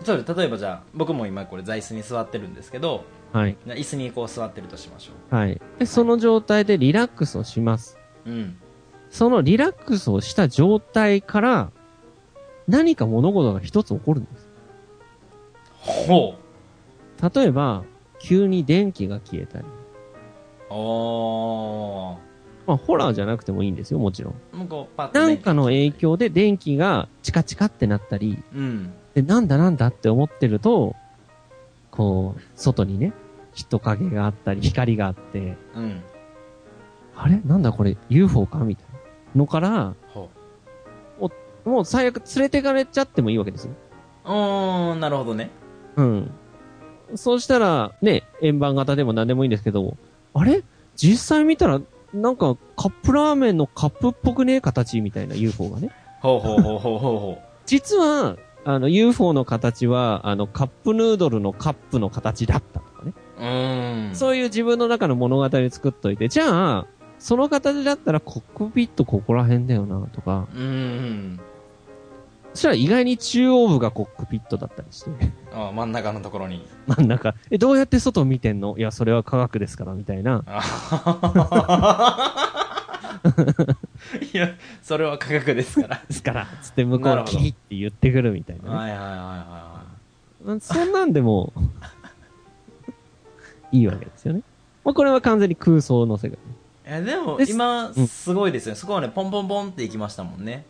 S1: そうです例えばじゃあ、僕も今これ座椅子に座ってるんですけど、
S3: う。はい。
S1: じゃあ椅子にこう座ってるとしましょ
S3: はい。で、その状態でリラックスをします。
S1: う。うん。
S3: そのリラックスをした状態から、何か物事が一つ起こるんです。
S1: ほ
S3: 例えば、急に電気が消えたり。
S1: う。お
S3: まあ、ホラーじゃなくてもいいんですよ、もちろん。
S1: ー。もうこう、パッとね
S3: なんかの影響で電気がチカチカってなったり、
S1: うん。
S3: で、なんだなんだって思ってると、こう、外にね、人影があったり、光があって、
S1: うん。
S3: あれなんだこれ ?UFO かみたいなのから、
S1: ほ
S3: もう最悪連れてかれちゃってもいいわけですよ。
S1: う。おー、なるほどね。
S3: うん。そうしたら、ね、円盤型でも何でもいいんですけど、あれ実際見たら、なんかカップラーメンのカップっぽくね形みたいな UFO がね。
S1: ほうほうほうほうほうほ
S3: 実は、あの UFO の形は、あのカップヌードルのカップの形だったとかね。
S1: う。うーん。
S3: そういう自分の中の物語を作っといて、じゃあ、その形だったらコックピットここら辺だよなとか、
S1: うーん。
S3: そしたら意外に中央部がコックピットだったりして、
S1: あー真ん中のところに。
S3: 真ん中、え、どうやって外を見てんのいや、それは科学ですから、みたいな。
S1: いや、それは科学ですから。
S3: ですから、つって向こう
S1: なる
S3: が
S1: ほ
S3: キ
S1: ど
S3: リって言ってくるみたいな、ね
S1: はいはいはいは
S3: まあそんなんでも、いいわけですよね。まあ、これは完全に空想の世界。
S1: いはい。いや、でも
S3: で、す
S1: 今
S3: うん、
S1: すごいですよね。そこはね、ポンポンポンっていきましたもんね。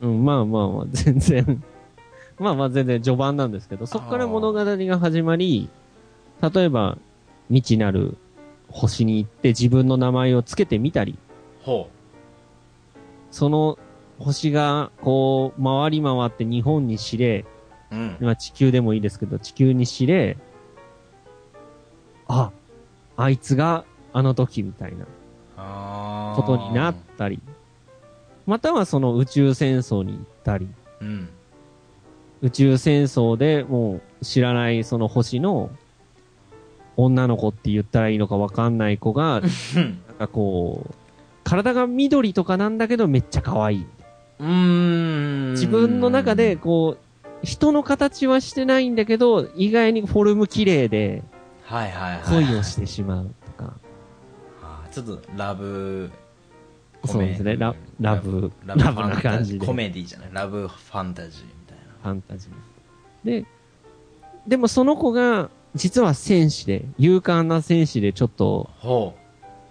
S3: うん、まあまあまあ、全然。 まあまあ全然序盤なんですけど、そこから物語が始まり、例えば、未知なる星に行って自分の名前をつけてみたり、
S1: ほ
S3: その星がこう、回り回って日本に知れ、
S1: う。うん。
S3: まあ地球でもいいですけど、地球に知れ、あ、あいつがあの時みたいな
S1: あー
S3: ことになったり、またはその宇宙戦争に行ったり、
S1: うん。
S3: 宇宙戦争でもう知らないその星の女の子って言ったらいいのかわかんない子が、
S1: うん
S3: なんかこう、体が緑とかなんだけどめっちゃ可愛い。
S1: うーん。
S3: 自分の中で、こう、人の形はしてないんだけど、意外にフォルム綺麗で
S1: はいはいはい。
S3: 恋をしてしまうとか。
S1: あーちょっと、ラブ、コメ
S3: そうですね。ララブ、ラブ
S1: ファン
S3: な
S1: タ
S3: 感じで。
S1: コ
S3: フ
S1: メディじゃない。ラブファンタジーみたいな。
S3: ァンタジー。で、でもその子が、実は戦士で、勇敢な戦士でちょっと、
S1: ほ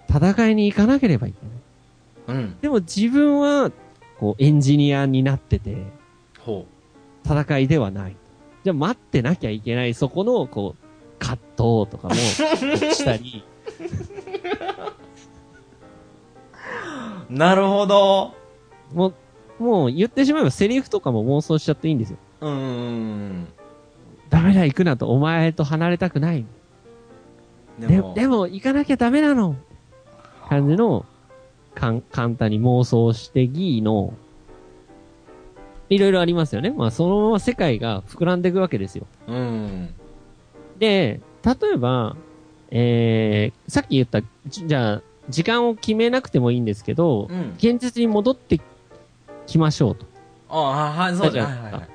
S3: 戦いに行かなければいけない。
S1: う。うん。
S3: でも自分は、こう、エンジニアになってて、
S1: ほ
S3: 戦いではない。じゃあ待ってなきゃいけない、そこの、こう、葛藤とかも、したり、
S1: う。 なるほど。
S3: もう、もう言ってしまえばセリフとかも妄想しちゃっていいんですよ。
S1: うーん。
S3: ダメだ、行くなと、お前と離れたくない。
S1: で
S3: でも、でも行かなきゃダメなの。感じの、かん、簡単に妄想してギーの、いろいろありますよね。まあ、そのまま世界が膨らんでいくわけですよ。
S1: うん。
S3: で、例えば、えー、さっき言った、じじゃあ、時間を決めなくてもいいんですけど
S1: う、ん。
S3: 現実に戻ってきましょうと。
S1: ああ、はい、そうだ。
S3: じ
S1: は
S3: ゃあ
S1: いはいはい。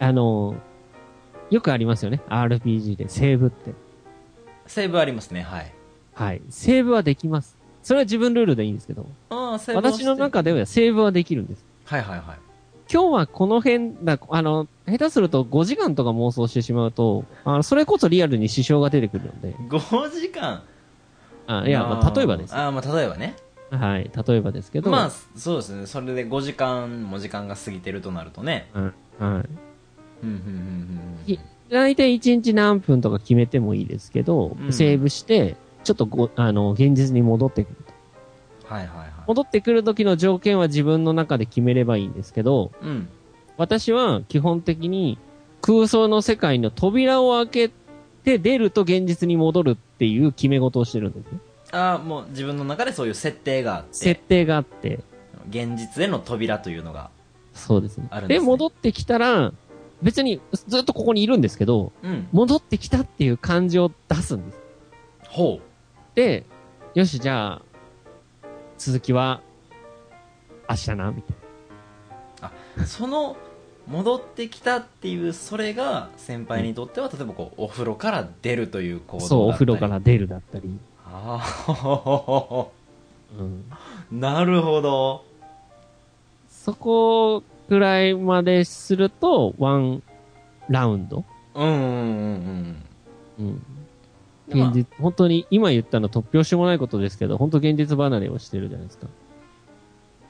S3: あのー、よくありますよね。RPG でセーブって。
S1: セーブありますね、はい。
S3: はい。セーブはできます。それは自分ルールでいいんですけど、
S1: ああ、セーブをし
S3: 私
S1: て
S3: の中ではセーブはできるんです。
S1: はいはいはい。
S3: 今日はこの辺だ、あの、下手すると5時間とか妄想してしまうと、あのそれこそリアルに支障が出てくるので、
S1: 5時間
S3: あいや、ま
S1: あ
S3: あ、
S1: ー
S3: 例えばです。
S1: ああ、まあ例えばね。
S3: はい、例えばですけど、
S1: まあ、そうですね。それで5時間も時間が過ぎてるとなるとね。
S3: あ、はい。
S1: うん、うん、うん、うん
S3: い。大体1日何分とか決めてもいいですけど、
S1: うん
S3: セーブして、ちょっとご、あの、現実に戻ってくると。
S1: はいはいはい。
S3: 戻ってくる時の条件は自分の中で決めればいいんですけど、
S1: うん。
S3: 私は基本的に空想の世界の扉を開けて出ると現実に戻るっていう決め事をしてるんですね。
S1: ああ、もう自分の中でそういう設定があって
S3: 設、定があって、
S1: 現実への扉というのが。
S3: そうですね。
S1: あるんで
S3: です
S1: ね
S3: 戻ってきたら、別にずっとここにいるんですけど、
S1: うん。
S3: 戻ってきたっていう感じを出すんです。
S1: ほ
S3: で、よし、じゃあ、続きは、明日な、みたいな。
S1: うその戻ってきたっていうそれが先輩にとっては例えばこうお風呂から出るという行動だったり
S3: そう、お風呂から出るだったり。
S1: ああ
S3: うん。
S1: なるほど
S3: そこくらいまですると、ワンラウンド。
S1: うんうんうん
S3: うん。
S1: うんまあ
S3: 現実、本当に今言ったの突拍子もないことですけど、本当現実離れをしてるじゃないですか。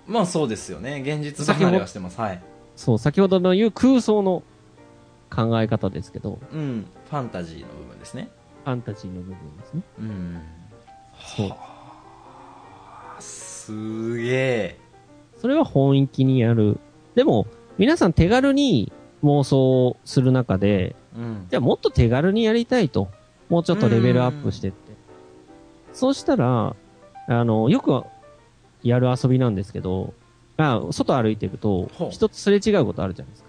S1: まあそうですよね現実離れはしてますはい
S3: そう、先ほどの言う空想の考え方ですけど、
S1: うんファンタジーの部分ですね
S3: ファンタジーの部分ですね。
S1: うん
S3: そう。
S1: あすげえ
S3: それは本域にやる。でも、皆さん手軽に妄想する中で、
S1: うん
S3: じゃあもっと手軽にやりたいと。もうちょっとレベルアップしてって。そうしたら、あの、よくやる遊びなんですけど、まあ、外歩いてると
S1: ほう、
S3: 人とすれ違うことあるじゃないですか。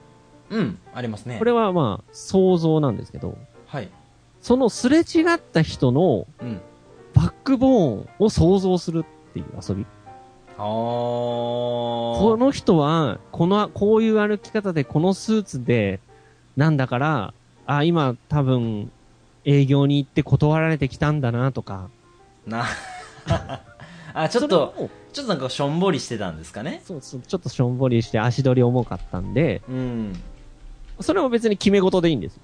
S1: うんありますね
S3: これはまあ、想像なんですけど、
S1: はい
S3: そのすれ違った人の
S1: うん
S3: バックボーンを想像するっていう遊び。
S1: あこ
S3: この人は、この、こういう歩き方で、このスーツで、なんだから、あ、今多分、営業に行って断られてきたんだなとか。
S1: な あちょっとちょっとなんかしょんぼりしてたんですかね
S3: それをそうそう、ちょっとしょんぼりして足取り重かったんで、
S1: うん
S3: それも別に決め事でいいんです。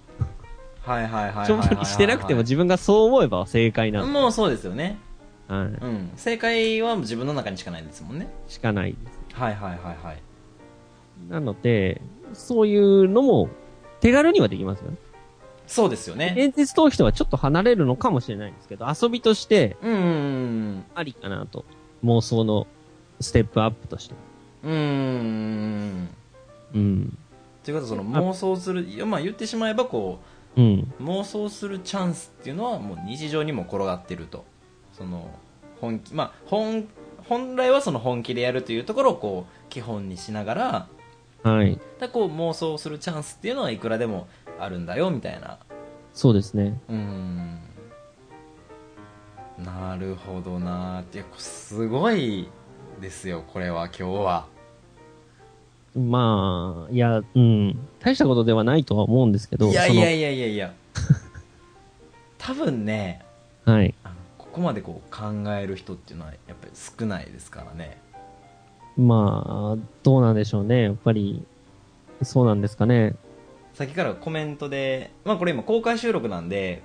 S1: はいはいはいはいはいはい
S3: しょんぼりしてなくても自分がそう思えば正解なんで
S1: もうそうですよね
S3: は
S1: うん正解は自分の中にしかないですもんね
S3: い。しかないです。
S1: はいはいはいはい
S3: なので、そういうのも、手軽にはできますよね。
S1: そうですよね
S3: 現実逃避とはちょっと離れるのかもしれないんですけど、遊びとして
S1: うんうん
S3: ありかなと。妄想のステップアップとして。
S1: うんうんうん
S3: うん。
S1: ということはその妄想するいやまあ言ってしまえばこ
S3: うん。
S1: う妄想するチャンスっていうのはもう日常にも転がってるとその本気まあ本本来はその本気でやるというところをこう基本にしながら
S3: はい。
S1: だからこう妄想するチャンスっていうのはいくらでもあるんだよみたいな
S3: そうですね。
S1: うーんなるほどなーってすごいですよこれは今日は
S3: まあ、いや、うん。大したことではないとは思うんですけど、
S1: いやいや
S3: そ
S1: いやいやいや 多分ね
S3: のはい。
S1: あのここまでこう考える人っていうのはやっぱり少ないですからね
S3: まあ、どうなんでしょうね。やっぱり、そうなんですかね。
S1: さっきからコメントで、まあ、これ今公開収録なんで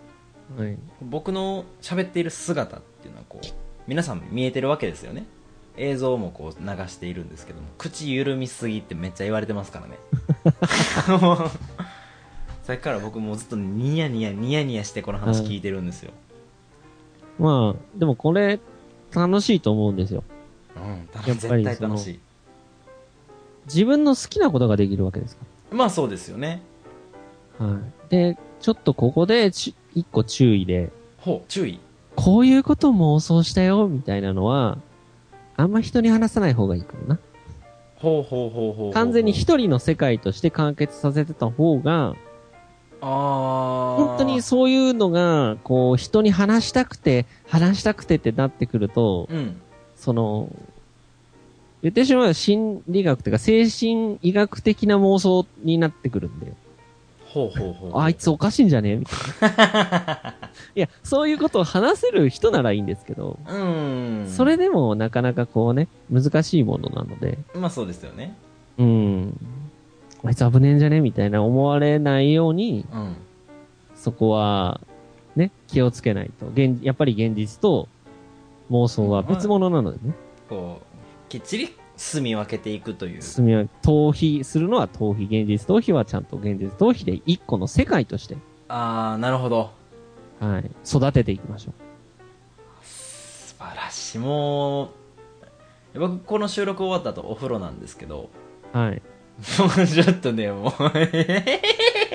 S3: はい。
S1: 僕の喋っている姿っていうのはこう皆さん見えてるわけですよね映像もこう流しているんですけども口緩みすぎってめっちゃ言われてます からねもうさっきから僕もうずっとニヤニヤニヤニヤしてこの話聞いてるんですよ、
S3: まあ、でもこれ、楽しいと思うんですよ。
S1: うん、楽しい
S3: やっぱり
S1: 絶対楽しい
S3: 自分の好きなことができるわけですか
S1: まあそうですよね
S3: ら。はい。で、ちょっとここでち、一個注意で、
S1: ほう注意
S3: こういうこと妄想したよ、みたいなのは、あんま人に話さない方がいいかもな。
S1: ほうほうほうほうほう
S3: 完全に一人の世界として完結させてた方が、
S1: あ
S3: 本
S1: 本
S3: 当にそういうのが、こう、人に話したくて、話したくてってなってくると、
S1: うん
S3: その、言ってしまえば心理学というか精神医学的な妄想になってくるんで、
S1: ほうほうほう
S3: あいつおかしいんじゃねえみたいな。 いや、そういうことを話せる人ならいいんですけど、
S1: うん
S3: それでもなかなかこうね、難しいものなので、
S1: まあそうですよね
S3: うん。あいつ危ねえんじゃねみたいな思われないように、
S1: うん
S3: そこは、ね、気をつけないと。現やっぱり現実と妄想は別物なのでね。
S1: こうきっちり住み分けていくという
S3: 進みは、逃避するのは逃避、現実逃避はちゃんと現実逃避で一個の世界として、
S1: ああなるほど
S3: はい、育てていきましょ
S1: 素晴らしいもう僕この収録終わった後お風呂なんですけど
S3: う。はい。
S1: もうちょっとねもう こ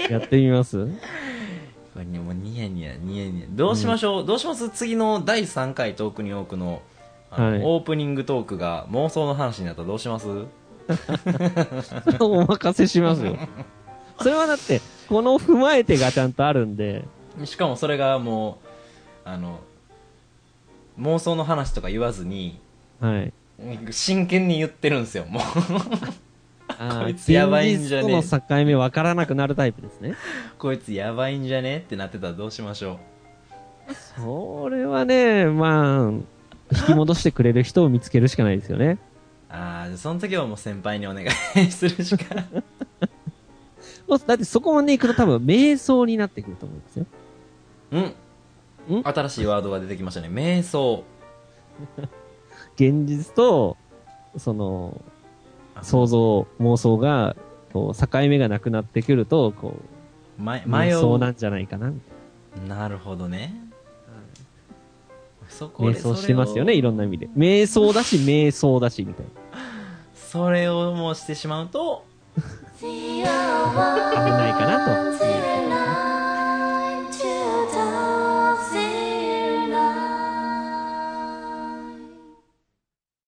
S3: やってみ ます
S1: れねもうニヤニヤニヤニヤどうしましょう、どうします次の第3回トークに多くのあの
S3: はい
S1: オープニングトークが妄想の話になったらどうします
S3: それはお任せしますよ。それはだって、この踏まえてがちゃんとあるんで、
S1: しかもそれがもうあの妄想の話とか言わずに
S3: はい。
S1: 真剣に言ってるんですよもう
S3: あ
S1: こ
S3: あ
S1: いつやばいんじゃねえ
S3: 現実との境目分からなくなるタイプですね。
S1: こいつやばいんじゃねってなってたらどうしましょ
S3: それはね、まあ、引き戻してくれる人を見つけるしかないですよね。
S1: うああその時はもう先輩にお願いするしか
S3: もうだってそこまで行くと多分瞑想になってくると思うんですよ。
S1: うん
S3: ん
S1: 新しいワードが出てきましたね瞑想
S3: 現実と、その、想像、妄想が、こう、境目がなくなってくると、こ
S1: ま
S3: う、
S1: 迷
S3: 瞑想
S1: う
S3: なんじゃないかな。
S1: なるほどね、そこ
S3: 瞑
S1: で
S3: 想してますよ
S1: それ
S3: ね、
S1: を
S3: いろんな意味で。瞑想だし、瞑想だし、みたい
S1: それをもうしてしまうと
S3: な。危ないかなと。
S4: Zero.